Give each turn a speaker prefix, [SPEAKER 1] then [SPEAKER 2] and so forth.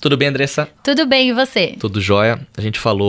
[SPEAKER 1] Tudo bem, Andressa?
[SPEAKER 2] Tudo bem, e você?
[SPEAKER 1] Tudo jóia. A gente falou